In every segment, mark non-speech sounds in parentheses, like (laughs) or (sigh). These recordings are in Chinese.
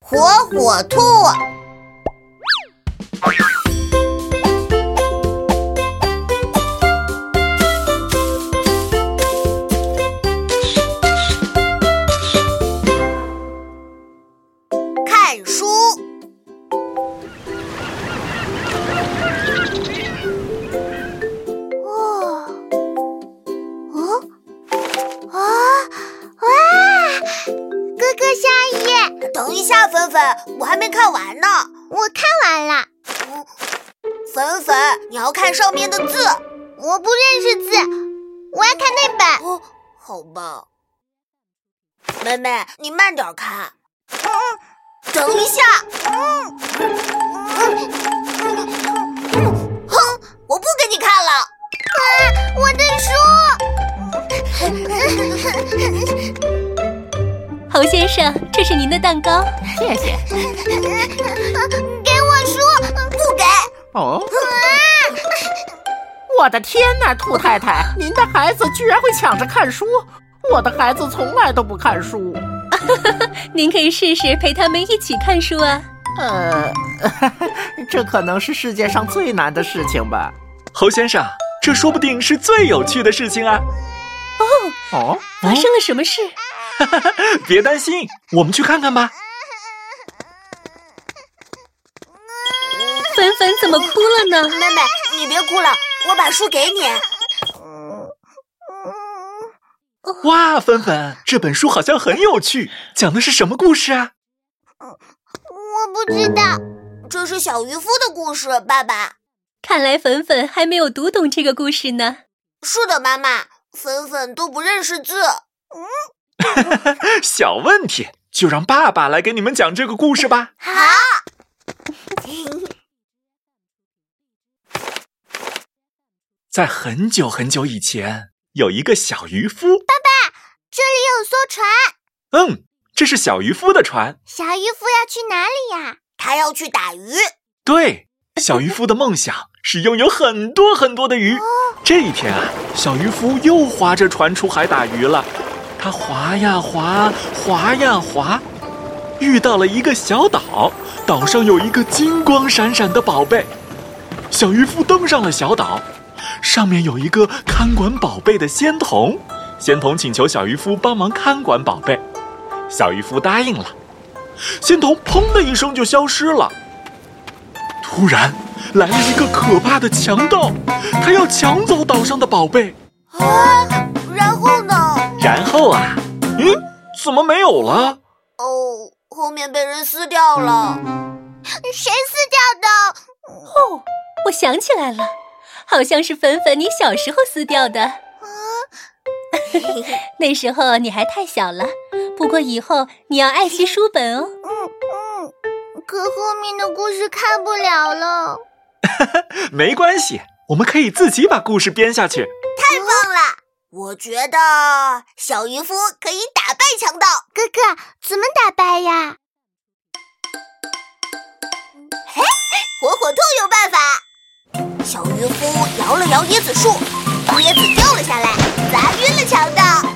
火火兔。看书，哦，哦，啊哇！哥哥，下一页。等一下，粉粉，我还没看完呢。我看完了。粉粉，你要看上面的字。我不认识字，我要看那本。哦，好吧。妹妹，你慢点看。嗯，等一下。嗯，哼，我不给你看了。啊，我的书。侯先生，这是您的蛋糕，谢谢。给我书，不给。哦，我的天哪，兔太太，您的孩子居然会抢着看书！我的孩子从来都不看书。您可以试试陪他们一起看书啊。呃， (laughs) 这可能是世界上最难的事情吧。侯先生，这说不定是最有趣的事情啊！哦，哎发生了什么事？别担心，我们去看看吧。粉粉怎么哭了呢？妹妹，你别哭了，我把书给你。哇，芬芬，这本书好像很有趣，讲的是什么故事啊？我不知道，这是小渔夫的故事，爸爸。看来粉粉还没有读懂这个故事呢。是的，妈妈，粉粉都不认识字。小问题，就让爸爸来给你们讲这个故事吧。好。 (laughs) 在很久很久以前，有一个小渔夫。这里有艘船，嗯，这是小渔夫的船。小渔夫要去哪里呀？他要去打鱼。对，小渔夫的梦想是拥有很多很多的鱼。这一天啊，小渔夫又划着船出海打鱼了。他划呀划，划呀划，遇到了一个小岛，岛上有一个金光闪闪的宝贝。小渔夫登上了小岛，上面有一个看管宝贝的仙童。仙童请求小渔夫帮忙看管宝贝，小渔夫答应了。仙童砰的一声就消失了。突然来了一个可怕的强盗，他要抢走岛上的宝贝。啊，然后呢？然后啊，嗯，怎么没有了？哦，后面被人撕掉了。谁撕掉的？哦，我想起来了，好像是粉粉你小时候撕掉的。 (laughs) 那时候你还太小了，不过以后你要爱惜书本哦。可后面的故事看不了了。没关系，我们可以自己把故事编下去。忘了，我觉得小渔夫可以打败强盗。哥哥，怎么打败呀？嘿，火火兔有办法。小渔夫摇了摇椰子树，椰子掉了下来，砸晕了强盗。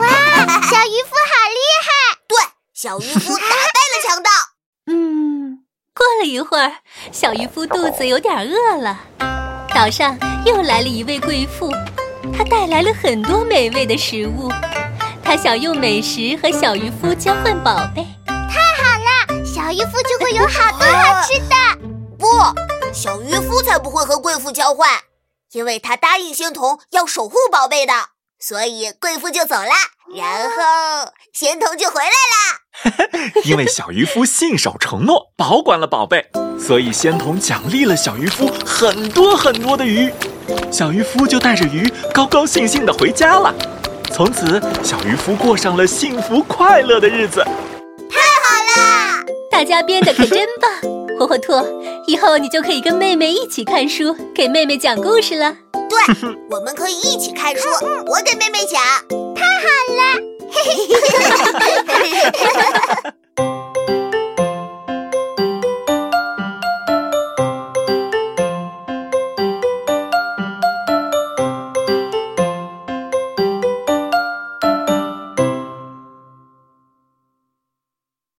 哇，小渔夫好厉害！对，小渔夫打败了强盗。嗯，过了一会儿，小渔夫肚子有点饿了。岛上又来了一位贵妇，她带来了很多美味的食物。她想用美食和小渔夫交换宝贝。小渔夫就会有好多好吃的。不，小渔夫才不会和贵妇交换，因为他答应仙童要守护宝贝的，所以贵妇就走了，然后仙童就回来了。因为小渔夫信守承诺， (laughs) 保管了宝贝，所以仙童奖励了小渔夫很多很多的鱼。小渔夫就带着鱼高高兴兴的回家了。从此，小渔夫过上了幸福快乐的日子。大家编的可真棒！ (laughs) 火火兔，以后你就可以跟妹妹一起看书，给妹妹讲故事了。我们可以一起看书，我给妹妹讲。太好了。